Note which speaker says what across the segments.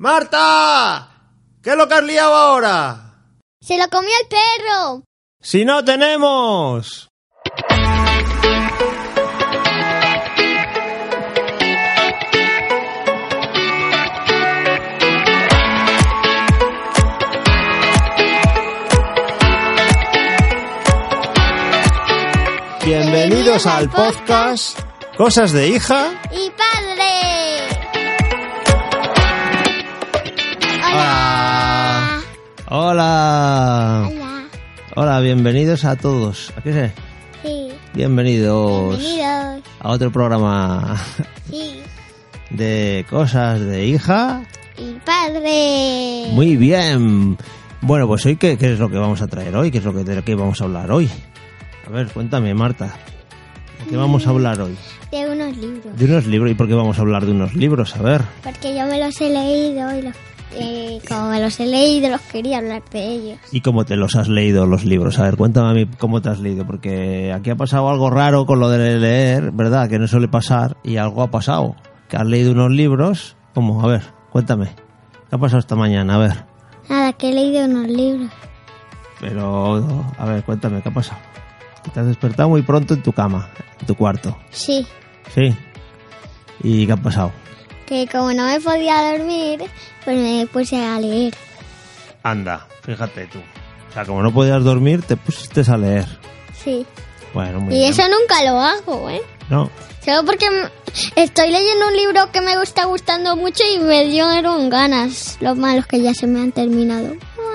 Speaker 1: ¡Marta! ¿Qué es lo que has liado ahora?
Speaker 2: Se lo comió el perro.
Speaker 1: ¡Si no tenemos! Bienvenidos al podcast Cosas de hija.
Speaker 2: Y padre. Hola.
Speaker 1: Hola.
Speaker 2: Hola.
Speaker 1: Hola, bienvenidos a todos. ¿A qué sé?
Speaker 2: Sí.
Speaker 1: Bienvenidos
Speaker 2: Bienvenidos.
Speaker 1: a otro programa
Speaker 2: Sí.
Speaker 1: de Cosas de hija.
Speaker 2: Y padre.
Speaker 1: Muy bien. Bueno, pues hoy, ¿qué, qué es lo que vamos a traer hoy? ¿Qué es lo que, de lo que vamos a hablar hoy? A ver, cuéntame, Marta. ¿De qué vamos a hablar hoy?
Speaker 2: De unos libros.
Speaker 1: De unos libros. ¿Y por qué vamos a hablar de unos libros? A ver.
Speaker 2: Porque yo me los he leído y los, eh, como me los he leído, los quería hablar de ellos.
Speaker 1: ¿Y cómo te los has leído los libros? A ver, cuéntame a mí cómo te has leído, porque aquí ha pasado algo raro con lo de leer, ¿verdad? Que no suele pasar y algo ha pasado. Que has leído unos libros, ¿cómo? A ver, cuéntame. ¿Qué ha pasado esta mañana? A ver.
Speaker 2: Nada, que he leído unos libros.
Speaker 1: Pero, a ver, cuéntame, ¿qué ha pasado? Que Te has despertado muy pronto en tu cama, en tu cuarto.
Speaker 2: Sí.
Speaker 1: Sí. ¿Y qué ha pasado?
Speaker 2: Que como no me podía dormir, pues me puse a leer.
Speaker 1: Anda, fíjate tú. O sea, como no podías dormir, te pusiste a leer.
Speaker 2: Sí.
Speaker 1: Bueno, muy
Speaker 2: Y
Speaker 1: bien.
Speaker 2: eso nunca lo hago, ¿eh?
Speaker 1: No,
Speaker 2: Solo porque m- estoy leyendo un libro que me está gustando mucho y me dieron ganas. Los malos que ya se me han terminado.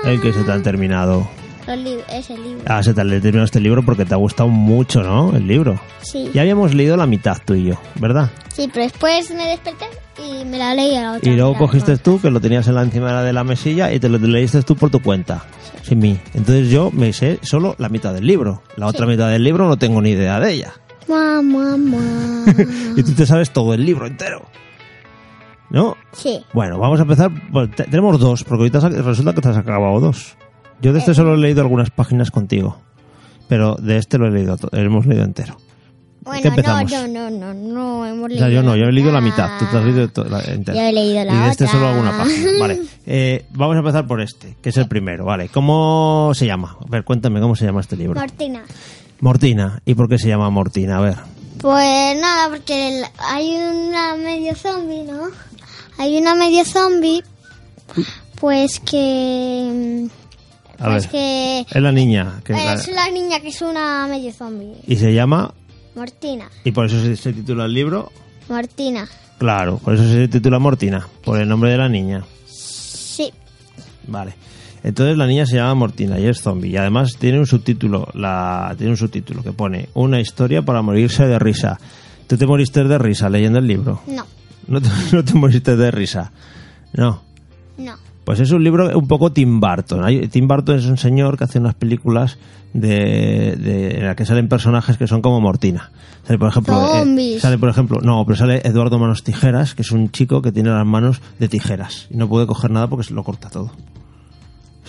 Speaker 1: el que se te han terminado.
Speaker 2: Los lib- ese libro.
Speaker 1: Ah, se te ha terminado este libro porque te ha gustado mucho, ¿no? El libro.
Speaker 2: Sí.
Speaker 1: Ya habíamos leído la mitad tú y yo, ¿verdad?
Speaker 2: Sí, pero después me desperté y me la leí a la otra.
Speaker 1: Y luego
Speaker 2: mitad.
Speaker 1: cogiste tú, que lo tenías en la encima de la mesilla, y te lo leíste tú por tu cuenta, sin mí. Entonces yo me sé solo la mitad del libro. La otra mitad del libro no tengo ni idea de ella.
Speaker 2: Mua, mua, mua.
Speaker 1: Y tú te sabes todo el libro entero. ¿No?
Speaker 2: sí.
Speaker 1: Bueno, vamos a empezar. por- te- tenemos dos, porque ahorita sa- resulta que te has acabado dos. Yo de este solo he leído algunas páginas contigo, pero de este lo he leído, to- hemos leído entero.
Speaker 2: Bueno, no,
Speaker 1: empezamos?
Speaker 2: no, no, no, no hemos
Speaker 1: O
Speaker 2: leído.
Speaker 1: sea, yo no, yo he leído la mitad, tú te has leído
Speaker 2: mitad.
Speaker 1: to- la entera.
Speaker 2: Yo he leído la
Speaker 1: Y de este
Speaker 2: otra.
Speaker 1: solo alguna página. Vale, Eh, vamos a empezar por este, que es el primero. Vale, ¿cómo se llama? A ver, cuéntame cómo se llama este libro.
Speaker 2: Martina.
Speaker 1: Mortina. ¿Y por qué se llama Mortina? A ver.
Speaker 2: Pues nada, porque el- hay una medio zombie, ¿no? Hay una medio zombie, pues que...
Speaker 1: A
Speaker 2: pues
Speaker 1: ver.
Speaker 2: que... Eh,
Speaker 1: Es la niña. que la-
Speaker 2: Es la niña que es una medio zombie.
Speaker 1: Y se llama,
Speaker 2: Mortina.
Speaker 1: y por eso se- se titula el libro,
Speaker 2: Mortina.
Speaker 1: Claro, por eso se titula Mortina, por el nombre de la niña.
Speaker 2: Sí.
Speaker 1: Vale. Entonces la niña se llama Mortina y es zombie. Y además tiene un subtítulo, la, tiene un subtítulo que pone Una historia para morirse de risa. ¿Tú te moriste de risa leyendo el libro?
Speaker 2: No.
Speaker 1: No te, no te moriste de risa. No.
Speaker 2: No.
Speaker 1: Pues es un libro un poco Tim Burton. Hay- Tim Burton es un señor que hace unas películas de, de- en las que salen personajes que son como Mortina. Sale por ejemplo, eh,
Speaker 2: Zombies.
Speaker 1: sale por ejemplo, no, pero sale Eduardo Manos Tijeras, que es un chico que tiene las manos de tijeras y no puede coger nada porque se lo corta todo.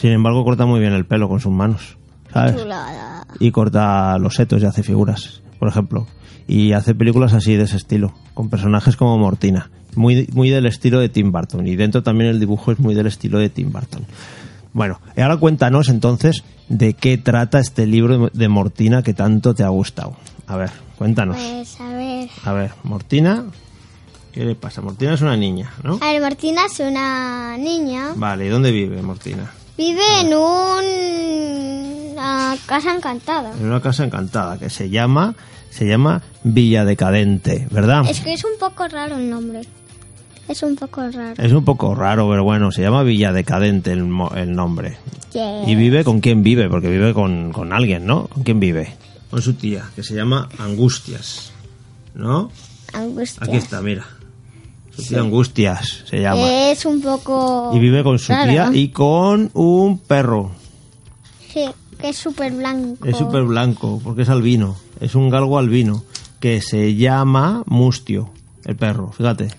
Speaker 1: Sin embargo, corta muy bien el pelo con sus manos, ¿sabes?
Speaker 2: Chulada.
Speaker 1: Y corta los setos y hace figuras, por ejemplo. Y hace películas así de ese estilo, con personajes como Mortina. Muy, muy del estilo de Tim Burton. Y dentro también el dibujo es muy del estilo de Tim Burton. Bueno, y ahora cuéntanos entonces de qué trata este libro de Mortina que tanto te ha gustado. A ver, cuéntanos.
Speaker 2: Pues a ver...
Speaker 1: A ver, Mortina. ¿Qué le pasa? Mortina es una niña, ¿no?
Speaker 2: A ver, Martina es una niña.
Speaker 1: Vale, ¿y dónde vive Mortina?
Speaker 2: Vive en un... una casa encantada.
Speaker 1: En una casa encantada que se llama, se llama Villa Decadente, ¿verdad?
Speaker 2: Es que es un poco raro el nombre. Es un poco raro.
Speaker 1: Es un poco raro, pero bueno, se llama Villa Decadente el, mo- el nombre.
Speaker 2: Yeah.
Speaker 1: ¿Y vive con quién vive? Porque vive con, con alguien, ¿no? ¿Con quién vive? Con su tía, que se llama Angustias, ¿no?
Speaker 2: Angustia.
Speaker 1: Aquí está, mira. Su tía Angustias se llama.
Speaker 2: Es un poco...
Speaker 1: Y vive con su
Speaker 2: raro.
Speaker 1: tía y con un perro.
Speaker 2: Sí, que es súper blanco.
Speaker 1: Es súper blanco, porque es albino. Es un galgo albino, que se llama Mustio, el perro, fíjate.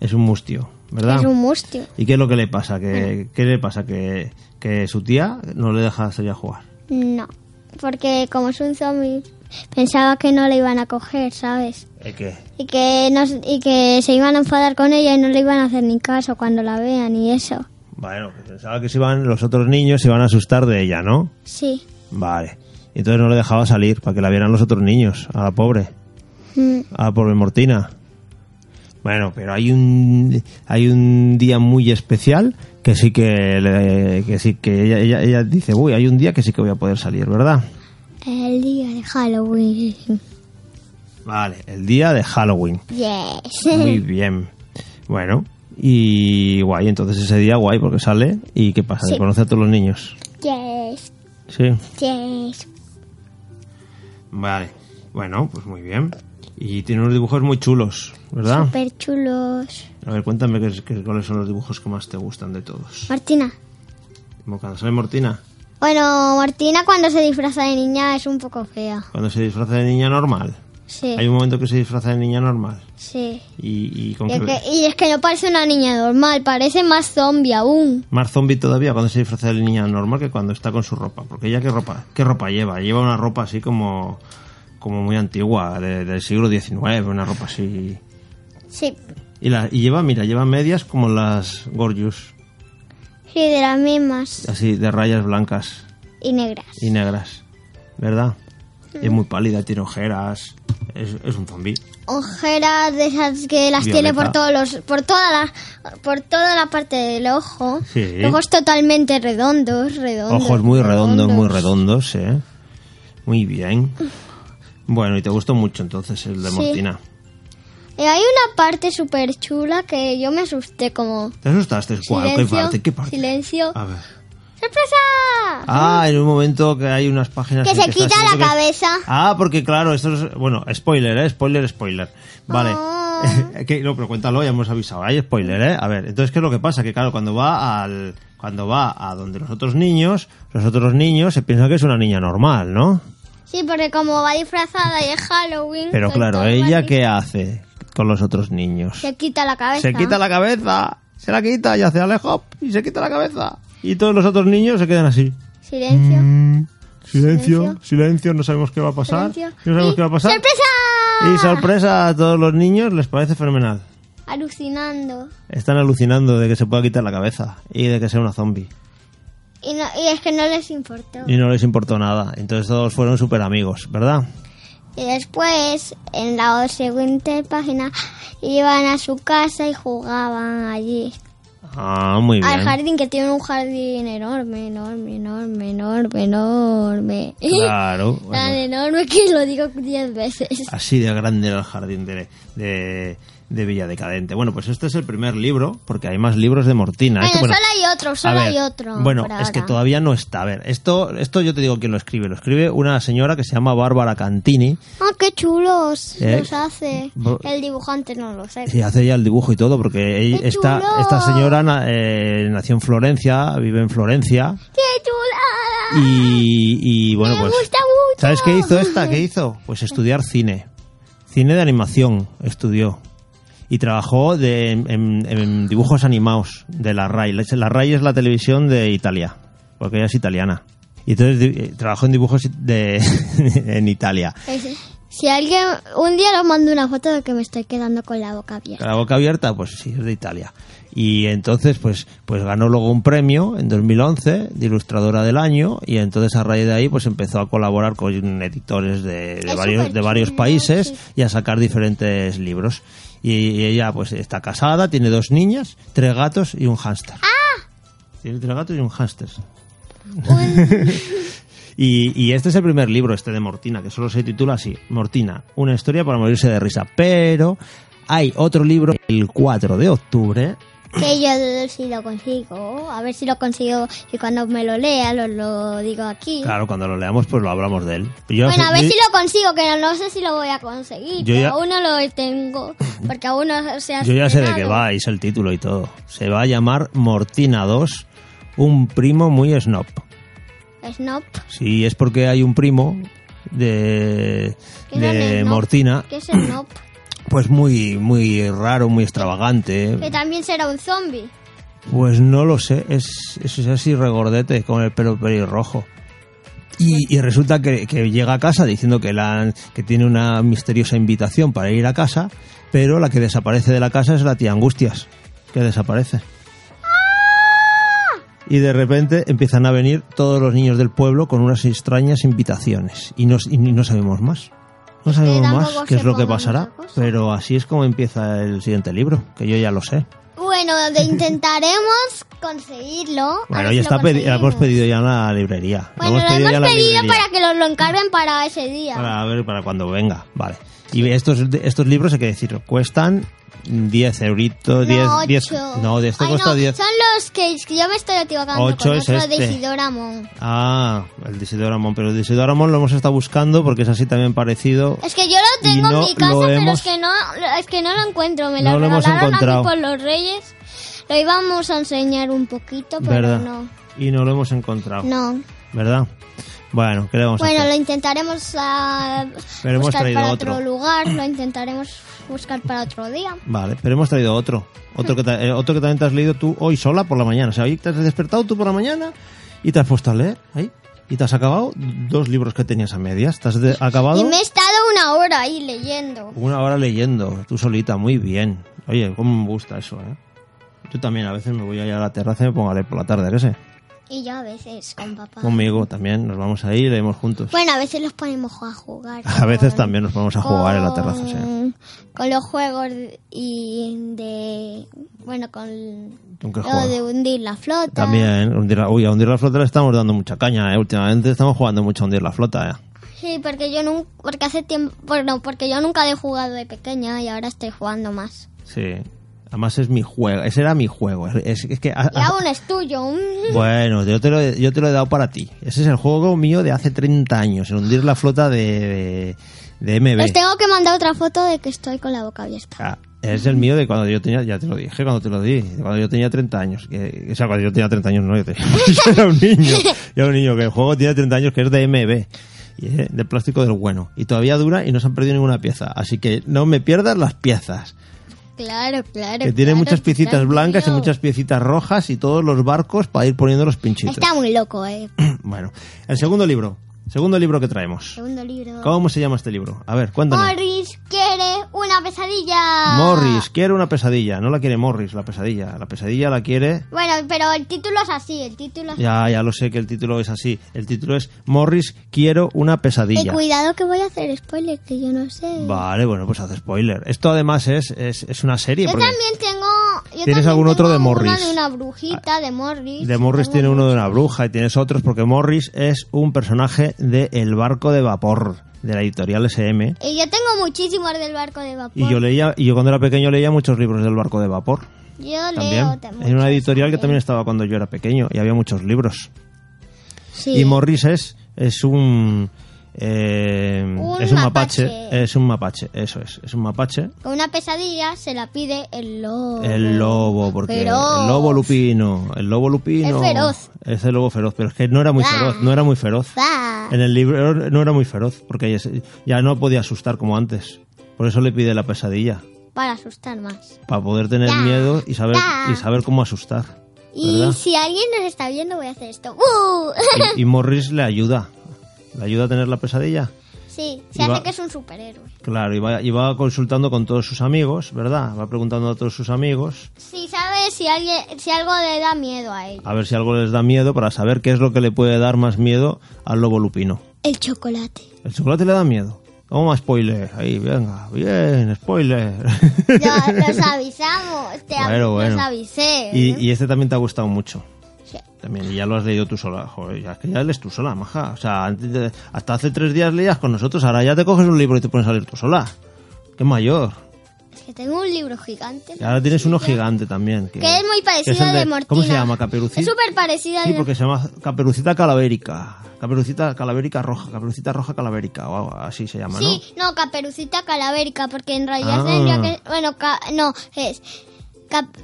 Speaker 1: Es un mustio, ¿verdad?
Speaker 2: Es un mustio.
Speaker 1: ¿Y qué es lo que le pasa? ¿Qué, qué le pasa? ¿Que, que su tía no le deja salir a jugar.
Speaker 2: No, porque como es un zombie, pensaba que no le iban a coger, ¿sabes?
Speaker 1: ¿El qué?
Speaker 2: y que no, y que se iban a enfadar con ella y no le iban a hacer ni caso cuando la vean y eso.
Speaker 1: Bueno, que pensaba que se iban, los otros niños se iban a asustar de ella, ¿no?
Speaker 2: Sí.
Speaker 1: Vale. Y entonces no le dejaba salir para que la vieran los otros niños, a la pobre.
Speaker 2: Mm.
Speaker 1: A la pobre Mortina. Bueno, pero hay un hay un día muy especial que sí que, le- que sí que ella, ella, ella dice, uy, hay un día que sí que voy a poder salir, ¿verdad?
Speaker 2: El día de Halloween.
Speaker 1: Vale, el día de Halloween.
Speaker 2: Yes.
Speaker 1: Muy bien. Bueno, y guay, entonces ese día guay porque sale y ¿qué pasa? Que
Speaker 2: Sí.
Speaker 1: conoce a todos los niños.
Speaker 2: Yes.
Speaker 1: Sí.
Speaker 2: Yes.
Speaker 1: Vale. Bueno, pues muy bien. Y tiene unos dibujos muy chulos, ¿verdad?
Speaker 2: Súper chulos.
Speaker 1: A ver, cuéntame qué- qué- cuáles son los dibujos que más te gustan de todos.
Speaker 2: Martina.
Speaker 1: Como cuando sale Mortina,
Speaker 2: Bueno, Martina cuando se disfraza de niña es un poco fea.
Speaker 1: cuando se disfraza de niña normal.
Speaker 2: Sí.
Speaker 1: Hay un momento que se disfraza de niña normal.
Speaker 2: Sí.
Speaker 1: Y, y con
Speaker 2: Y es,
Speaker 1: que-
Speaker 2: que, y es que no parece una niña normal, parece más zombie aún.
Speaker 1: Más zombie todavía cuando se disfraza de niña normal que cuando está con su ropa. Porque ella, ¿qué ropa, qué ropa lleva? Lleva una ropa así como, como muy antigua, de- del siglo XIX, una ropa así.
Speaker 2: Sí.
Speaker 1: Y, la, y lleva, mira, lleva medias como las Gorgeous,
Speaker 2: Sí, de las mismas.
Speaker 1: así de rayas blancas
Speaker 2: Y negras.
Speaker 1: y negras, ¿verdad? Y es muy pálida, tiene ojeras, es, es un zombie.
Speaker 2: Ojeras de esas que las tiene por
Speaker 1: Violeta.
Speaker 2: todos los, por toda la, por toda la parte del ojo.
Speaker 1: Sí.
Speaker 2: Ojos totalmente redondos, redondos.
Speaker 1: Ojos muy redondos, muy redondos, ¿eh? Muy bien. Bueno, y te gustó mucho entonces el de
Speaker 2: Sí.
Speaker 1: Mortina.
Speaker 2: Y hay una parte súper chula que yo me asusté como...
Speaker 1: ¿Te asustaste? ¿Cuál? ¿Qué
Speaker 2: Silencio,
Speaker 1: parte? ¿Qué parte? Ah.
Speaker 2: silencio.
Speaker 1: A ver.
Speaker 2: ¡Sorpresa!
Speaker 1: Ah, en un momento que hay unas páginas...
Speaker 2: que
Speaker 1: en
Speaker 2: se
Speaker 1: estás
Speaker 2: quita la
Speaker 1: viendo que-
Speaker 2: cabeza.
Speaker 1: Ah, porque claro, esto es... Bueno, spoiler, ¿eh? Spoiler, spoiler. Vale.
Speaker 2: Ah.
Speaker 1: Que- no, pero cuéntalo, ya hemos avisado. Hay spoiler, ¿eh? A ver, entonces, ¿qué es lo que pasa? Que claro, cuando va al... Cuando va a donde los otros niños, los otros niños se piensan que es una niña normal, ¿no?
Speaker 2: Sí, porque como va disfrazada y es Halloween...
Speaker 1: Pero
Speaker 2: soy
Speaker 1: claro,
Speaker 2: todo
Speaker 1: ¿ella
Speaker 2: más-
Speaker 1: qué hace con los otros niños?
Speaker 2: Se quita la cabeza.
Speaker 1: Se quita la cabeza, se la quita y hace alejop y se quita la cabeza. Y todos los otros niños se quedan así.
Speaker 2: Silencio.
Speaker 1: Mm, silencio,
Speaker 2: Silencio.
Speaker 1: silencio, no sabemos qué va a pasar.
Speaker 2: silencio.
Speaker 1: No sabemos
Speaker 2: Y
Speaker 1: qué va a pasar.
Speaker 2: ¡Sorpresa!
Speaker 1: Y sorpresa a todos los niños, les parece fenomenal.
Speaker 2: Alucinando.
Speaker 1: Están alucinando de que se pueda quitar la cabeza y de que sea una zombie.
Speaker 2: Y, no- y es que no les importó.
Speaker 1: Y no les importó nada. Entonces todos fueron súper amigos, ¿verdad?
Speaker 2: Y después, en la siguiente página, iban a su casa y jugaban allí.
Speaker 1: Ah, muy
Speaker 2: Al
Speaker 1: bien.
Speaker 2: jardín, que tiene un jardín enorme, enorme, enorme, enorme, enorme.
Speaker 1: Claro. bueno.
Speaker 2: Tan enorme que lo digo diez veces.
Speaker 1: Así de grande era el jardín de, de, de Villa Decadente. Bueno, pues este es el primer libro, porque hay más libros de Mortina.
Speaker 2: Bueno,
Speaker 1: Ah, Esto, bueno,
Speaker 2: solo hay otro,
Speaker 1: a
Speaker 2: solo
Speaker 1: ver,
Speaker 2: hay otro.
Speaker 1: Bueno,
Speaker 2: por
Speaker 1: es que
Speaker 2: ahora.
Speaker 1: todavía no está. A ver, esto, esto yo te digo quién lo escribe. Lo escribe una señora que se llama Bárbara Cantini.
Speaker 2: Ah, qué chulos
Speaker 1: Eh,
Speaker 2: los hace.
Speaker 1: bo-
Speaker 2: El dibujante no lo sé.
Speaker 1: Sí, hace ya el dibujo y todo, porque ella-
Speaker 2: ¡Qué
Speaker 1: esta,
Speaker 2: chulo!
Speaker 1: esta señora na- eh, nació en Florencia, vive en Florencia.
Speaker 2: ¡Qué chulada!
Speaker 1: Y, y, bueno,
Speaker 2: Me
Speaker 1: pues.
Speaker 2: gusta mucho.
Speaker 1: ¿Sabes qué hizo esta? ¿Qué hizo? Pues estudiar cine. Cine de animación estudió. Y trabajó de, en, en- en dibujos animados de la RAI. La la RAI es la televisión de Italia, porque ella es italiana. Y entonces di- eh, trabajó en dibujos de, en Italia.
Speaker 2: Ese. Si alguien un día os mando una foto de que me estoy quedando con la boca abierta.
Speaker 1: Con la boca abierta, pues sí, es de Italia. Y entonces, pues, pues ganó luego un premio en 2011 de ilustradora del año y entonces a raíz de ahí, pues empezó a colaborar con editores de, de
Speaker 2: Es
Speaker 1: varios de
Speaker 2: superchulo,
Speaker 1: varios países
Speaker 2: sí.
Speaker 1: y a sacar diferentes libros. Y, ella, pues, está casada, tiene dos niñas, tres gatos y un hámster.
Speaker 2: ¡Ah!
Speaker 1: Tiene tres gatos y un hámster. Y, y este es el primer libro, este de Mortina, que solo se titula así, Mortina, una historia para morirse de risa. Pero hay otro libro el 4 de octubre.
Speaker 2: Que yo si lo consigo, a ver si lo consigo y cuando me lo lea lo, lo digo aquí.
Speaker 1: Claro, cuando lo leamos pues lo hablamos de él. Yo
Speaker 2: Bueno, a
Speaker 1: yo-
Speaker 2: ver si lo consigo, que no, no sé si lo voy a conseguir.
Speaker 1: Yo
Speaker 2: pero
Speaker 1: ya-
Speaker 2: aún no lo tengo, porque aún no se ha
Speaker 1: Yo ya sé de
Speaker 2: estrenado.
Speaker 1: qué va, y sé el título y todo. Se va a llamar Mortina 2, un primo muy snob.
Speaker 2: Snob.
Speaker 1: Sí, es porque hay un primo de,
Speaker 2: ¿Qué es el
Speaker 1: de
Speaker 2: snob?
Speaker 1: Mortina,
Speaker 2: ¿Qué es Snob?
Speaker 1: pues muy, muy raro, muy extravagante.
Speaker 2: que también será un zombie.
Speaker 1: Pues no lo sé, es, es así regordete con el pelo pelirrojo. Y, y resulta que, que llega a casa diciendo que, la, han- que tiene una misteriosa invitación para ir a casa, pero la que desaparece de la casa es la tía Angustias, que desaparece. Y de repente empiezan a venir todos los niños del pueblo con unas extrañas invitaciones. Y no, y no sabemos más. No sabemos más
Speaker 2: tampoco
Speaker 1: qué es
Speaker 2: se
Speaker 1: lo que
Speaker 2: pongan
Speaker 1: pasará.
Speaker 2: otra cosa.
Speaker 1: Pero así es como empieza el siguiente libro, que yo ya lo sé.
Speaker 2: Bueno, de- intentaremos conseguirlo. A
Speaker 1: Bueno,
Speaker 2: ver
Speaker 1: ya
Speaker 2: si
Speaker 1: está
Speaker 2: Pues lo
Speaker 1: pedi- lo hemos
Speaker 2: conseguimos.
Speaker 1: pedido ya en la librería.
Speaker 2: Bueno,
Speaker 1: lo hemos pedido ya en la librería.
Speaker 2: para que nos lo encarguen para ese día.
Speaker 1: Para ver, para cuando venga. Vale. Y estos, estos libros, hay que decirlo, cuestan 10 euritos, 10...
Speaker 2: no,
Speaker 1: 10
Speaker 2: ocho.
Speaker 1: no, de este
Speaker 2: Ay,
Speaker 1: cuesta
Speaker 2: no,
Speaker 1: 10.
Speaker 2: Son los que que yo me estoy equivocando
Speaker 1: Ocho
Speaker 2: con
Speaker 1: es
Speaker 2: otro de
Speaker 1: este.
Speaker 2: Isidora Mon.
Speaker 1: Ah, el de Isidoro Amón. Pero el de Isidoro Amón lo hemos estado buscando porque es así también parecido.
Speaker 2: Es que yo lo
Speaker 1: Y
Speaker 2: tengo
Speaker 1: no
Speaker 2: en mi casa,
Speaker 1: lo
Speaker 2: pero
Speaker 1: hemos-
Speaker 2: es que no es que no lo encuentro, me
Speaker 1: No
Speaker 2: lo
Speaker 1: lo hemos
Speaker 2: regalaron
Speaker 1: encontrado.
Speaker 2: aquí por los Reyes. Lo íbamos a enseñar un poquito, pero
Speaker 1: ¿Verdad?
Speaker 2: no.
Speaker 1: Y no lo hemos encontrado.
Speaker 2: No.
Speaker 1: ¿Verdad? Bueno, ¿qué le vamos a
Speaker 2: Bueno,
Speaker 1: hacer?
Speaker 2: lo intentaremos ah,
Speaker 1: Pero hemos
Speaker 2: buscar
Speaker 1: traído
Speaker 2: para
Speaker 1: otro.
Speaker 2: otro. lugar, lo intentaremos buscar para otro día.
Speaker 1: Vale, pero hemos traído otro. Otro que, ta- eh, otro que también te has leído tú hoy sola por la mañana. O sea, hoy te has despertado tú por la mañana y te has puesto a leer ahí. Y te has acabado dos libros que tenías a medias. Te has de- acabado
Speaker 2: Y me he estado una hora ahí leyendo.
Speaker 1: una hora leyendo, tú solita, muy bien. Oye, cómo me gusta eso, ¿eh? Yo también a veces me voy allá a la terraza y me pongo a leer por la tarde, ¿qué sé?
Speaker 2: Y yo a veces con papá.
Speaker 1: Conmigo también, nos vamos ahí y leemos juntos.
Speaker 2: Ah. Bueno, a veces los ponemos a jugar.
Speaker 1: A veces
Speaker 2: con-
Speaker 1: también nos vamos a jugar en la terraza, sí.
Speaker 2: con- Con los juegos de- y de. Bueno, con.
Speaker 1: ¿Con qué
Speaker 2: lo
Speaker 1: juego?
Speaker 2: de hundir la flota.
Speaker 1: También, hundir la- uy, a hundir la flota le estamos dando mucha caña, ¿eh? Últimamente estamos jugando mucho a hundir la flota, ¿eh?
Speaker 2: Sí, porque yo nunca. Porque hace tiempo. Bueno, porque yo nunca he jugado de pequeña y ahora estoy jugando más.
Speaker 1: Sí. Además es mi juego, ese era mi juego. Es, es que... ah,
Speaker 2: Y aún es tuyo. mm.
Speaker 1: Bueno, yo te, lo, he- yo te lo he dado para ti. Ese es el juego mío de hace 30 años, el hundir la flota de, de, de MB.
Speaker 2: Os tengo que mandar otra foto de que estoy con la boca abierta.
Speaker 1: Ah, es el mío de cuando yo tenía, ya te lo dije, cuando te lo di, de cuando yo tenía 30 años. Que, o sea, cuando yo tenía 30 años no, yo, tenía- yo era un niño. Yo era un niño que el juego tiene 30 años, que es de MB. Y es de plástico del bueno. Y todavía dura y no se han perdido ninguna pieza. Así que no me pierdas las piezas.
Speaker 2: Claro, claro.
Speaker 1: Que tiene
Speaker 2: claro,
Speaker 1: muchas piecitas
Speaker 2: claro,
Speaker 1: blancas y
Speaker 2: tío.
Speaker 1: muchas piecitas rojas y todos los barcos para ir poniendo los pinchitos.
Speaker 2: Está muy loco, eh.
Speaker 1: Bueno, el segundo libro. Segundo libro que traemos.
Speaker 2: Segundo libro.
Speaker 1: ¿Cómo se llama este libro? A ver, cuéntanos.
Speaker 2: Morris quiere una pesadilla.
Speaker 1: Morris quiere una pesadilla. No la quiere Morris, la pesadilla. La pesadilla la quiere
Speaker 2: Bueno, pero el título es así, el título es
Speaker 1: Ya, ya lo sé que el título es así. El título es Morris, quiero una
Speaker 2: Eh,
Speaker 1: pesadilla.
Speaker 2: cuidado que voy a hacer spoiler, que yo no sé.
Speaker 1: Vale, bueno, pues haz spoiler. Esto además es, es, es una serie.
Speaker 2: Yo
Speaker 1: porque
Speaker 2: también tengo... Yo
Speaker 1: ¿Tienes
Speaker 2: también
Speaker 1: algún otro
Speaker 2: tengo
Speaker 1: de
Speaker 2: uno
Speaker 1: Morris?
Speaker 2: de una brujita, de Morris.
Speaker 1: De Morris
Speaker 2: Tengo-
Speaker 1: tiene uno de una bruja y tienes otros porque Morris es un personaje de El barco de vapor, de la editorial SM.
Speaker 2: Y yo tengo muchísimos del barco de vapor.
Speaker 1: Y yo leía, y yo cuando era pequeño leía muchos libros del barco de vapor.
Speaker 2: Yo
Speaker 1: También.
Speaker 2: leo también.
Speaker 1: En una editorial que también estaba cuando yo era pequeño y había muchos libros.
Speaker 2: Sí.
Speaker 1: Y Morris es, es un... eh,
Speaker 2: Un
Speaker 1: es un mapache.
Speaker 2: mapache.
Speaker 1: Es un mapache, eso es. Es un mapache.
Speaker 2: Con una pesadilla se la pide el lobo.
Speaker 1: El lobo, porque
Speaker 2: Feroz.
Speaker 1: el lobo lupino, el lobo lupino.
Speaker 2: Es feroz.
Speaker 1: Es el lobo feroz, pero es que no era muy
Speaker 2: Ah.
Speaker 1: feroz, no era muy feroz.
Speaker 2: Fa.
Speaker 1: En el libro no era muy feroz, porque ya se- ya no podía asustar como antes. Por eso le pide la pesadilla,
Speaker 2: Para asustar más.
Speaker 1: para poder tener
Speaker 2: Ya.
Speaker 1: miedo y saber,
Speaker 2: Ya.
Speaker 1: y saber cómo asustar.
Speaker 2: Y
Speaker 1: ¿verdad?
Speaker 2: si alguien nos está viendo voy a hacer esto. ¡Uh!
Speaker 1: Y, y Morris le ayuda, le ayuda a tener la pesadilla.
Speaker 2: sí,
Speaker 1: Y
Speaker 2: se hace
Speaker 1: va-
Speaker 2: que es un superhéroe.
Speaker 1: Claro, y va, y va consultando con todos sus amigos, ¿verdad? Va preguntando a todos sus amigos
Speaker 2: Si sabe si alguien si algo le da miedo a él.
Speaker 1: a ver si algo les da miedo para saber qué es lo que le puede dar más miedo al lobo lupino.
Speaker 2: El chocolate.
Speaker 1: El chocolate le da miedo. Toma spoiler. Ahí, venga. Bien, spoiler.
Speaker 2: Ya, los avisamos. Te
Speaker 1: Bueno,
Speaker 2: av-
Speaker 1: bueno.
Speaker 2: Los avisé.
Speaker 1: y, y este también te ha gustado mucho.
Speaker 2: Sí.
Speaker 1: También, y ya lo has leído tú sola. Joder, ya, es que ya lees tú sola, maja. O sea, antes de- hasta hace tres días leías con nosotros. Ahora ya te coges un libro y te pones a leer tú sola. Qué mayor.
Speaker 2: Es que tengo un libro gigante.
Speaker 1: Y ahora tienes uno gigante también. Que,
Speaker 2: Que es muy
Speaker 1: que
Speaker 2: parecido
Speaker 1: es el
Speaker 2: al de,
Speaker 1: de-
Speaker 2: Mortina.
Speaker 1: ¿Cómo se llama? Caperucita.
Speaker 2: Es súper parecido al
Speaker 1: Sí, pues
Speaker 2: de-
Speaker 1: porque se llama Caperucita Calavérica. Caperucita Calavérica Roja. Caperucita Roja Calavérica. O algo así se llama, ¿no?
Speaker 2: Sí, no, Caperucita Calavérica, porque en realidad
Speaker 1: Ah.
Speaker 2: tendría que... Bueno, ca- no, es cap-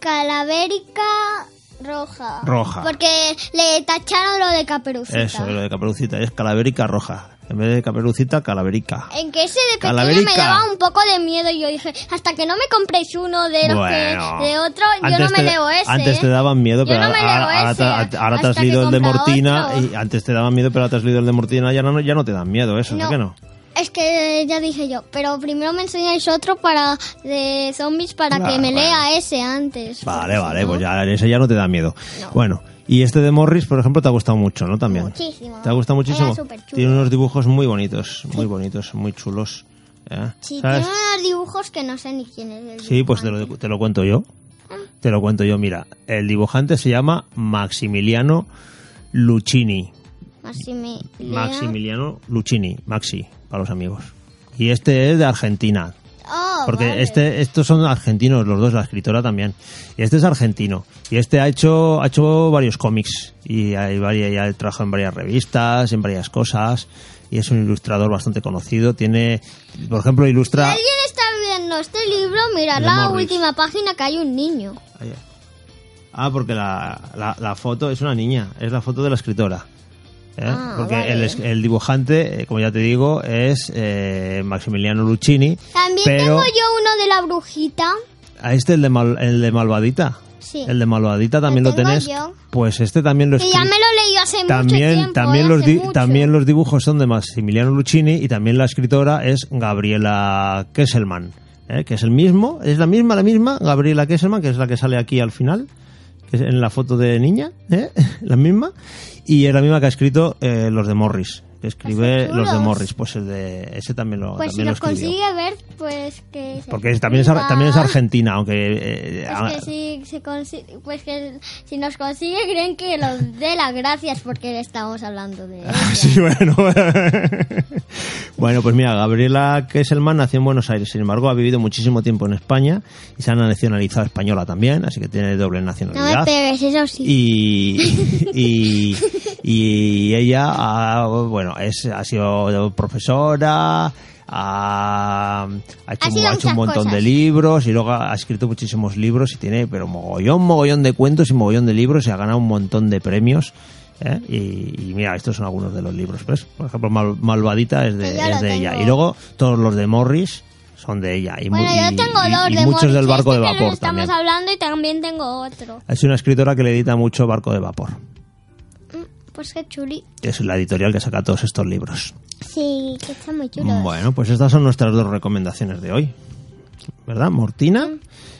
Speaker 2: Calavérica Roja.
Speaker 1: Roja.
Speaker 2: Porque le tacharon lo de Caperucita.
Speaker 1: Eso, lo de Caperucita, es Calavérica Roja. En vez de Caperucita, Calaverica.
Speaker 2: En que ese de pequeña
Speaker 1: Calaverica.
Speaker 2: me daba un poco de miedo. Yo dije, hasta que no me compréis uno de los
Speaker 1: Bueno.
Speaker 2: que, de otro, yo no
Speaker 1: Antes
Speaker 2: me
Speaker 1: te-
Speaker 2: leo ese.
Speaker 1: Antes te
Speaker 2: ¿eh?
Speaker 1: daban miedo,
Speaker 2: Yo
Speaker 1: pero
Speaker 2: no me
Speaker 1: ahora,
Speaker 2: leo
Speaker 1: ahora te-
Speaker 2: ese,
Speaker 1: ahora te has
Speaker 2: hasta que
Speaker 1: leído el de
Speaker 2: compra
Speaker 1: Mortina
Speaker 2: otro.
Speaker 1: y antes te daban miedo, pero ahora te has leído el de Mortina y ya no, ya no te dan miedo eso, ¿por qué no?
Speaker 2: Es que ya dije yo, pero primero me enseñáis otro para de zombies para
Speaker 1: Ah,
Speaker 2: que me
Speaker 1: bueno.
Speaker 2: lea ese antes.
Speaker 1: Vale,
Speaker 2: porque
Speaker 1: vale,
Speaker 2: si no-
Speaker 1: pues ya ese ya no te da miedo. Bueno, y este de Morris, por ejemplo, te ha gustado mucho, ¿no? También.
Speaker 2: Muchísimo.
Speaker 1: ¿Te ha gustado muchísimo?
Speaker 2: Era superchulo.
Speaker 1: Tiene unos dibujos muy bonitos, muy bonitos, muy chulos. ¿eh?
Speaker 2: Sí, tiene
Speaker 1: ¿Sabes?
Speaker 2: unos dibujos que no sé ni quién es el
Speaker 1: Sí, pues te
Speaker 2: dibujante.
Speaker 1: lo, te lo cuento yo.
Speaker 2: Ah.
Speaker 1: Te lo cuento yo, mira. El dibujante se llama Maximiliano Lucchini. eh,
Speaker 2: Maximi-
Speaker 1: Maximiliano Lucchini, Maxi, para los amigos. Y este es de Argentina.
Speaker 2: Oh,
Speaker 1: Porque
Speaker 2: vale.
Speaker 1: este, estos son argentinos, los dos, la escritora también. Y este es argentino. Y este ha hecho, ha hecho varios cómics. Y hay varias, ya trabaja en varias revistas, en varias cosas. Y es un ilustrador bastante conocido. Tiene, por ejemplo, ilustra.
Speaker 2: Alguien está viendo este libro, mirad
Speaker 1: El de
Speaker 2: la
Speaker 1: Morris.
Speaker 2: última página que hay un niño.
Speaker 1: Ahí. Ah, porque la, la- la foto es una niña, es la foto de la escritora. ¿eh?
Speaker 2: Ah,
Speaker 1: porque
Speaker 2: vale.
Speaker 1: el, es- el dibujante, eh, como ya te digo, es eh, Maximiliano Lucchini.
Speaker 2: También
Speaker 1: pero
Speaker 2: tengo yo uno de la brujita.
Speaker 1: a este, el de, Mal- el de Malvadita.
Speaker 2: Sí.
Speaker 1: El de Malvadita también lo,
Speaker 2: tengo
Speaker 1: tenés.
Speaker 2: yo.
Speaker 1: Pues este también lo
Speaker 2: Que ya
Speaker 1: escri-
Speaker 2: me lo leí hace
Speaker 1: también,
Speaker 2: mucho tiempo.
Speaker 1: también,
Speaker 2: eh,
Speaker 1: los
Speaker 2: hace
Speaker 1: di-
Speaker 2: mucho.
Speaker 1: también los dibujos son de Maximiliano Lucchini y también la escritora es Gabriela Kesselman, ¿eh? que es el mismo, es la misma, la misma Gabriela Kesselman, que es la que sale aquí al final, que es en la foto de niña, ¿eh? la misma, y es la misma que ha escrito eh, los de Morris, que escribe
Speaker 2: Esos
Speaker 1: los de
Speaker 2: chulos.
Speaker 1: Morris, pues el de ese también lo,
Speaker 2: Pues si
Speaker 1: también lo
Speaker 2: los
Speaker 1: escribió.
Speaker 2: consigue ver, pues que... se
Speaker 1: Porque es- también es, ar-
Speaker 2: escriba.
Speaker 1: también es argentina, aunque eh,
Speaker 2: Pues
Speaker 1: ah,
Speaker 2: que si, se consi- pues que si nos consigue, creen que los dé las gracias porque estamos hablando de...
Speaker 1: Ah, Sí, bueno. bueno, pues mira, Gabriela Kesselman nació en Buenos Aires, sin embargo, ha vivido muchísimo tiempo en España y se ha nacionalizado española también, así que tiene doble
Speaker 2: No me
Speaker 1: nacionalidad.
Speaker 2: pegues, eso sí.
Speaker 1: y, y, y ella ha, bueno es ha sido profesora ha, ha hecho,
Speaker 2: Ha sido
Speaker 1: ha hecho un
Speaker 2: muchas
Speaker 1: montón de
Speaker 2: cosas.
Speaker 1: libros y luego ha ha escrito muchísimos libros y tiene pero mogollón mogollón de cuentos y mogollón de libros y ha ganado un montón de premios ¿eh? y, y mira estos son algunos de los libros pues por ejemplo Mal- Malvadita es de,
Speaker 2: Que yo
Speaker 1: es
Speaker 2: lo
Speaker 1: de ella
Speaker 2: tengo.
Speaker 1: y luego todos los de Morris son de ella y, mu-
Speaker 2: Bueno,
Speaker 1: y-
Speaker 2: yo tengo
Speaker 1: y-
Speaker 2: dos
Speaker 1: y
Speaker 2: de
Speaker 1: muchos
Speaker 2: Morris,
Speaker 1: del barco
Speaker 2: este
Speaker 1: de
Speaker 2: que nos
Speaker 1: vapor
Speaker 2: estamos
Speaker 1: también
Speaker 2: hablando y también tengo otro.
Speaker 1: es una escritora que le edita mucho barco de vapor
Speaker 2: Pues que chuli.
Speaker 1: que es la editorial que saca todos estos libros.
Speaker 2: Sí, que está muy chulo.
Speaker 1: Bueno, pues estas son nuestras dos recomendaciones de hoy. ¿Verdad? Mortina.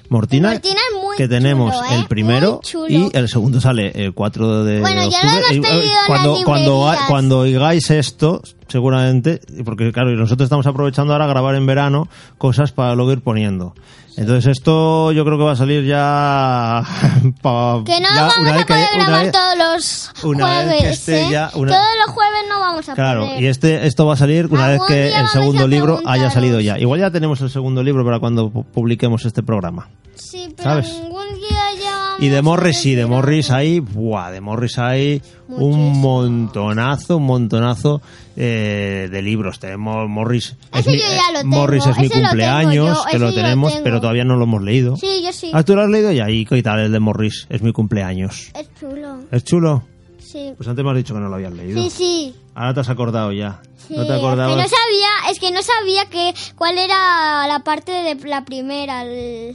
Speaker 1: Mortina,
Speaker 2: Mm. Mortina es muy
Speaker 1: que tenemos
Speaker 2: chulo, ¿eh?
Speaker 1: el primero
Speaker 2: Muy chulo.
Speaker 1: y el segundo sale el 4 de
Speaker 2: Bueno, ya
Speaker 1: octubre.
Speaker 2: lo hemos
Speaker 1: Y, eh,
Speaker 2: pedido en las
Speaker 1: cuando, cuando,
Speaker 2: librerías.
Speaker 1: cuando oigáis esto, seguramente, porque claro, y nosotros estamos aprovechando ahora a grabar en verano cosas para luego ir poniendo. Entonces esto yo creo que va a salir ya... pa-
Speaker 2: Que no
Speaker 1: ya
Speaker 2: vamos
Speaker 1: una
Speaker 2: a
Speaker 1: vez que-
Speaker 2: poder
Speaker 1: una
Speaker 2: grabar
Speaker 1: vez-
Speaker 2: todos los
Speaker 1: una vez que
Speaker 2: jueves.
Speaker 1: esté
Speaker 2: ¿eh?
Speaker 1: ya una-
Speaker 2: Todos los jueves no vamos a
Speaker 1: Claro,
Speaker 2: poder.
Speaker 1: y este esto va a salir una vez
Speaker 2: Algún
Speaker 1: que
Speaker 2: día
Speaker 1: el
Speaker 2: vamos
Speaker 1: segundo
Speaker 2: a
Speaker 1: libro haya
Speaker 2: preguntaros.
Speaker 1: salido ya. Igual ya tenemos el segundo libro para cuando pu- publiquemos este programa.
Speaker 2: Sí, pero
Speaker 1: ¿sabes?
Speaker 2: ningún día ya vamos
Speaker 1: Y de
Speaker 2: a
Speaker 1: Morris, sí, de
Speaker 2: decir
Speaker 1: Morris
Speaker 2: algo.
Speaker 1: hay, buah, de Morris hay un
Speaker 2: Muchísimo.
Speaker 1: montonazo, un montonazo eh, de libros. Tenemos Morris, eh,
Speaker 2: Ese yo ya lo tengo,
Speaker 1: Morris es mi
Speaker 2: ese lo tengo
Speaker 1: cumpleaños,
Speaker 2: yo,
Speaker 1: que
Speaker 2: ese
Speaker 1: lo
Speaker 2: yo lo
Speaker 1: tenemos,
Speaker 2: tengo.
Speaker 1: pero todavía no lo hemos leído.
Speaker 2: Sí, yo sí.
Speaker 1: Ah, tú lo has leído ya, y qué tal el de Morris, es mi cumpleaños.
Speaker 2: Es chulo.
Speaker 1: ¿Es chulo?
Speaker 2: Sí.
Speaker 1: Pues antes me has dicho que no lo habías leído.
Speaker 2: Sí, sí.
Speaker 1: Ahora te has acordado ya.
Speaker 2: Sí,
Speaker 1: no te
Speaker 2: es que
Speaker 1: acordabas.
Speaker 2: no sabía, es que no sabía que cuál era la parte de la primera, el-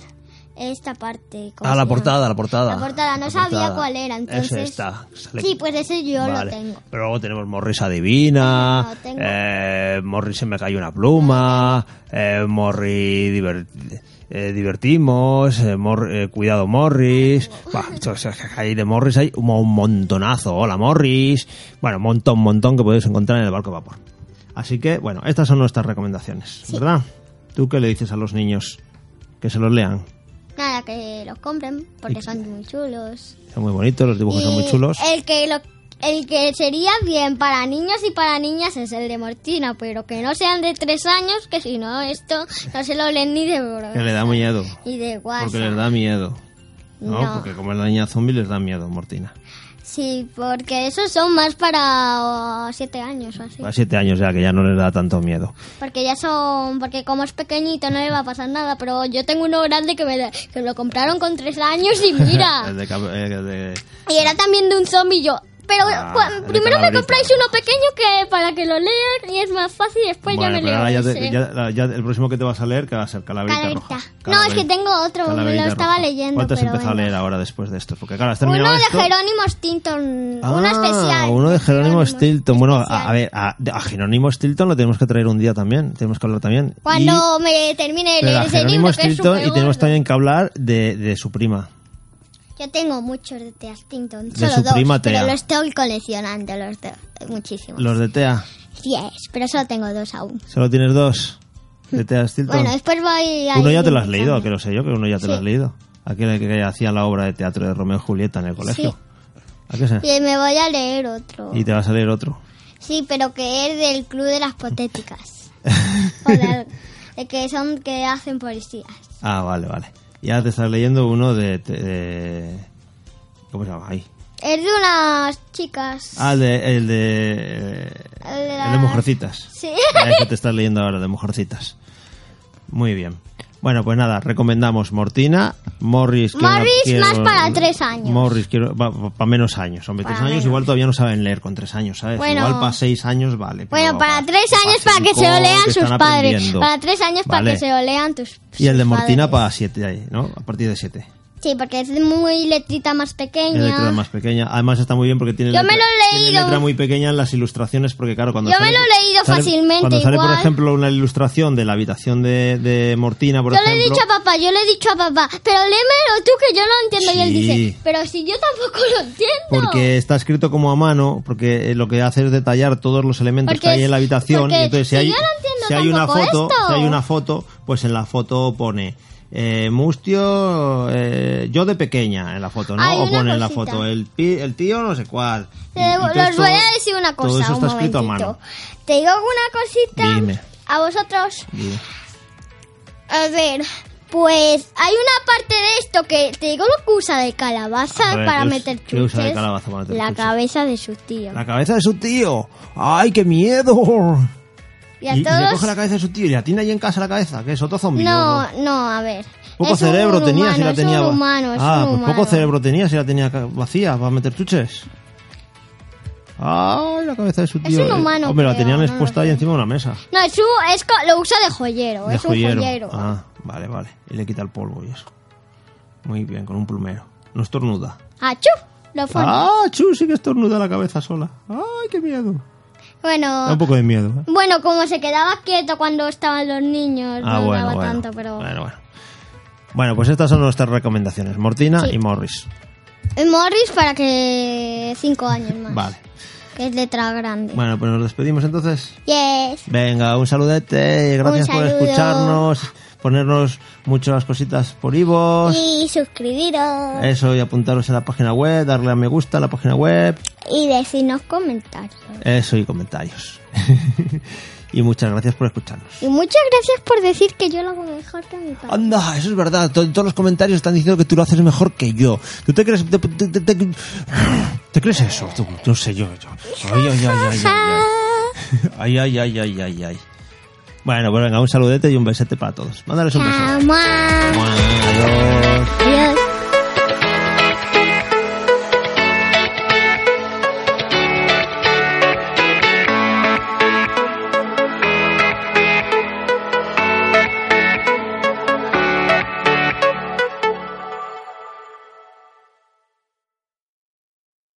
Speaker 2: esta parte. ¿cómo
Speaker 1: Ah, la
Speaker 2: se llama?
Speaker 1: portada, la portada.
Speaker 2: La portada, no sabía cuál era, entonces-
Speaker 1: Ese está. sale-
Speaker 2: Sí, pues ese yo
Speaker 1: Vale.
Speaker 2: lo tengo.
Speaker 1: Pero luego tenemos Morris Adivina,
Speaker 2: No, tengo.
Speaker 1: eh, Morris se me cayó una pluma, eh, Morris diver- eh, divertimos, eh, Mor- eh, cuidado Morris, Bah, o sea, que hay de Morris hay un un montonazo, hola Morris, bueno, montón, montón que podéis encontrar en el barco de vapor. Así que, bueno, estas son nuestras recomendaciones, ¿verdad? ¿Tú qué le dices a los niños? Que se los lean.
Speaker 2: Nada, que los compren porque son muy chulos.
Speaker 1: Son muy bonitos, los dibujos son muy
Speaker 2: Y
Speaker 1: chulos.
Speaker 2: El que, lo, el que sería bien para niños y para niñas es el de Mortina, pero que no sean de tres años, que si no, esto no se lo leen ni de
Speaker 1: Que
Speaker 2: broma.
Speaker 1: le da miedo.
Speaker 2: Y de
Speaker 1: Porque
Speaker 2: WhatsApp.
Speaker 1: les da miedo. No,
Speaker 2: No.
Speaker 1: porque como es la niña zombie les da miedo, Mortina.
Speaker 2: Sí, porque esos son más para oh, siete años o así.
Speaker 1: A siete años ya que ya no les da tanto miedo.
Speaker 2: Porque ya son, porque como es pequeñito no le va a pasar nada, pero yo tengo uno grande que me, da- que me lo compraron con tres años y mira.
Speaker 1: El de cab- eh, el de-
Speaker 2: y era también de un zombie yo.
Speaker 3: pero
Speaker 1: Ah,
Speaker 3: cua-
Speaker 1: el de
Speaker 3: primero me
Speaker 1: calabrita.
Speaker 3: compráis uno pequeño que para que lo lean y es más fácil y después
Speaker 2: Pues
Speaker 1: Bueno,
Speaker 3: ya me
Speaker 1: pero
Speaker 3: leo
Speaker 1: ahora ya, te-
Speaker 3: ese.
Speaker 1: ya- la- ya el próximo que te vas a leer, que va a ser Calaverita Roja.
Speaker 2: Calaverita. No, es
Speaker 1: Calaverita-
Speaker 2: que tengo otro, me lo
Speaker 1: Calaverita
Speaker 2: estaba leyendo,
Speaker 1: ¿Cuál te has
Speaker 2: pero
Speaker 1: empezado
Speaker 2: bueno.
Speaker 1: a leer ahora después de esto? Porque claro, has terminado
Speaker 2: Uno de
Speaker 1: esto.
Speaker 2: Jerónimo Stilton, uno
Speaker 1: Ah,
Speaker 2: especial.
Speaker 1: Uno de Jerónimo Stilton. Bueno, a,
Speaker 2: especial.
Speaker 1: a ver, a, a Jerónimo Stilton lo tenemos que traer un día también. Tenemos que hablar también.
Speaker 2: Cuando me termine de
Speaker 1: pero
Speaker 2: leer
Speaker 1: a
Speaker 2: ese
Speaker 1: Jerónimo
Speaker 2: libro, que es
Speaker 1: Stilton y
Speaker 2: supergordo.
Speaker 1: tenemos también que hablar de, de su prima.
Speaker 2: Yo tengo muchos de Tea Stilton,
Speaker 1: De
Speaker 2: solo
Speaker 1: su
Speaker 2: dos,
Speaker 1: prima Tea.
Speaker 2: pero los estoy coleccionando, los dos, muchísimos.
Speaker 1: Los de Tea.
Speaker 2: Diez, pero solo tengo dos aún.
Speaker 1: Solo tienes dos. De Tea Stilton.
Speaker 2: Bueno, después voy a...
Speaker 1: uno ya
Speaker 2: ir
Speaker 1: te lo has
Speaker 2: buscando.
Speaker 1: leído, que lo sé yo, que uno ya te lo
Speaker 2: Sí.
Speaker 1: has leído. Aquel que, que hacía la obra de teatro de Romeo y Julieta en el colegio. ¿A qué sé?
Speaker 2: Y me voy a leer otro.
Speaker 1: Y te va a salir otro.
Speaker 2: Sí, pero que es del Club de las Potéticas. o de, algo, de que son que hacen policías.
Speaker 1: Ah, vale, vale. Ya te estás leyendo uno de... te- de- ¿Cómo se llama? Ahí.
Speaker 2: Es de unas chicas.
Speaker 1: Ah, el de... El de, eh,
Speaker 2: El de
Speaker 1: el de
Speaker 2: las-
Speaker 1: Mujercitas.
Speaker 2: Sí.
Speaker 1: Ah, Eso te estás leyendo ahora, de Mujercitas. Muy bien. Bueno, pues nada, recomendamos Mortina, Morris... quiero-
Speaker 2: Morris
Speaker 1: quiero-
Speaker 2: más para tres años.
Speaker 1: Morris quiero- va- va- para menos años. Hombre,
Speaker 2: Para
Speaker 1: tres años
Speaker 2: menos.
Speaker 1: igual todavía no saben leer con tres años, ¿sabes?
Speaker 2: Bueno.
Speaker 1: igual para seis años vale. pero
Speaker 2: Bueno, para tres años para que
Speaker 1: cinco,
Speaker 2: se lo lean
Speaker 1: que
Speaker 2: sus
Speaker 1: están
Speaker 2: padres.
Speaker 1: aprendiendo.
Speaker 2: Para tres años para
Speaker 1: Vale.
Speaker 2: que se lo lean tus
Speaker 1: Y el de
Speaker 2: sus
Speaker 1: Mortina
Speaker 2: padres.
Speaker 1: para siete, ahí, ¿no? A partir de siete.
Speaker 2: Sí, porque es muy letrita más
Speaker 1: Es letra
Speaker 2: pequeña.
Speaker 1: más pequeña. Además está muy bien porque tiene,
Speaker 2: Yo
Speaker 1: letra,
Speaker 2: me lo he
Speaker 1: tiene
Speaker 2: leído.
Speaker 1: letra muy pequeña en las ilustraciones porque claro cuando
Speaker 2: Yo
Speaker 1: sale-
Speaker 2: me lo he leído
Speaker 1: sale-
Speaker 2: fácilmente,
Speaker 1: Cuando sale por
Speaker 2: igual.
Speaker 1: ejemplo una ilustración de la habitación de, de Mortina por
Speaker 2: Yo le
Speaker 1: ejemplo.
Speaker 2: he dicho a papá, yo le he dicho a papá, pero léemelo tú que yo lo entiendo. Y él
Speaker 1: Sí.
Speaker 2: dice, pero si yo tampoco lo entiendo.
Speaker 1: Porque está escrito como a mano, porque eh, lo que hace es detallar todos los elementos
Speaker 2: Porque
Speaker 1: que hay
Speaker 2: es-
Speaker 1: en la habitación.
Speaker 2: porque
Speaker 1: y entonces, si
Speaker 2: yo
Speaker 1: hay,
Speaker 2: no entiendo
Speaker 1: si hay una
Speaker 2: tampoco
Speaker 1: foto,
Speaker 2: esto.
Speaker 1: si hay una foto, pues en la foto pone eh, Mustio, eh, yo de pequeña en la foto, ¿no?
Speaker 2: Hay
Speaker 1: o
Speaker 2: una
Speaker 1: pone en la
Speaker 2: cosita.
Speaker 1: foto el, pi- el tío no sé cuál. Y-
Speaker 2: Te
Speaker 1: y
Speaker 2: debo-
Speaker 1: entonces
Speaker 2: los voy
Speaker 1: todo-
Speaker 2: a decir una cosa.
Speaker 1: Todo eso está
Speaker 2: un
Speaker 1: escrito a
Speaker 2: momentito.
Speaker 1: mano.
Speaker 2: Te digo una cosita
Speaker 1: Dime.
Speaker 2: a vosotros.
Speaker 1: Dime.
Speaker 2: A ver, pues hay una parte de esto que te digo lo que usa de calabaza
Speaker 1: A ver,
Speaker 2: para
Speaker 1: ¿qué us-
Speaker 2: meter chuches.
Speaker 1: qué usa de calabaza para meter
Speaker 2: La
Speaker 1: chuches?
Speaker 2: cabeza de su tío.
Speaker 1: La cabeza de su tío. ¡Ay, qué miedo!
Speaker 2: Y a
Speaker 1: y le
Speaker 2: todos.
Speaker 1: coge la cabeza de su tío y la tiene ahí en casa la cabeza, que es otro zombi. ¿o
Speaker 2: No, no, a ver.
Speaker 1: Poco
Speaker 2: Es
Speaker 1: cerebro
Speaker 2: un
Speaker 1: tenía si
Speaker 2: humano,
Speaker 1: la tenía.
Speaker 2: Es
Speaker 1: va-
Speaker 2: un humano, es
Speaker 1: ah,
Speaker 2: un
Speaker 1: pues
Speaker 2: humano.
Speaker 1: poco cerebro tenía si la tenía ca- vacía para meter chuches. Ah, la cabeza de su tío.
Speaker 2: un
Speaker 1: eh.
Speaker 2: humano,
Speaker 1: Hombre, la
Speaker 2: creo,
Speaker 1: tenían
Speaker 2: no lo
Speaker 1: expuesta ahí
Speaker 2: sé.
Speaker 1: encima de una mesa.
Speaker 2: No, es un- es co- lo usa de joyero.
Speaker 1: de
Speaker 2: es
Speaker 1: joyero.
Speaker 2: un joyero.
Speaker 1: Ah, vale, vale. Y le quita el polvo y eso. Muy bien, con un plumero. No estornuda.
Speaker 2: Achú, Lo fue.
Speaker 1: Ah, Chu sí que estornuda la cabeza sola. Ay, qué miedo.
Speaker 2: Bueno.
Speaker 1: Da un poco de miedo. ¿eh?
Speaker 2: Bueno, como se quedaba quieto cuando estaban los niños,
Speaker 1: Ah,
Speaker 2: no
Speaker 1: bueno,
Speaker 2: daba
Speaker 1: bueno.
Speaker 2: tanto, pero...
Speaker 1: Bueno, bueno. Bueno, pues estas son nuestras recomendaciones. Mortina y Morris.
Speaker 2: Eh, Morris para que cinco años más.
Speaker 1: Vale.
Speaker 2: Que es letra grande.
Speaker 1: Bueno, pues nos despedimos entonces.
Speaker 2: Yes.
Speaker 1: Venga, un saludete, gracias
Speaker 2: Un
Speaker 1: por
Speaker 2: saludo.
Speaker 1: escucharnos, ponernos muchas cositas por Ivos,
Speaker 2: Y suscribiros.
Speaker 1: eso, y apuntaros a la página web, darle a me gusta a la página web,
Speaker 2: Y decirnos comentarios.
Speaker 1: eso y comentarios. y muchas gracias por escucharnos.
Speaker 2: Y muchas gracias por decir que yo lo hago mejor que mi padre.
Speaker 1: Anda, eso es verdad, to- todos los comentarios están diciendo que tú lo haces mejor que yo. ¿Tú te crees, te, te- te- te- te crees eso? Tú- no sé yo. yo. Ay, ay, ay, ay, ay, ay, ay, ay, ay, ay, ay. Bueno, pues venga, un saludete y un besete para todos. Mándales un beso.
Speaker 2: Jamás.
Speaker 1: Adiós.
Speaker 2: Adiós.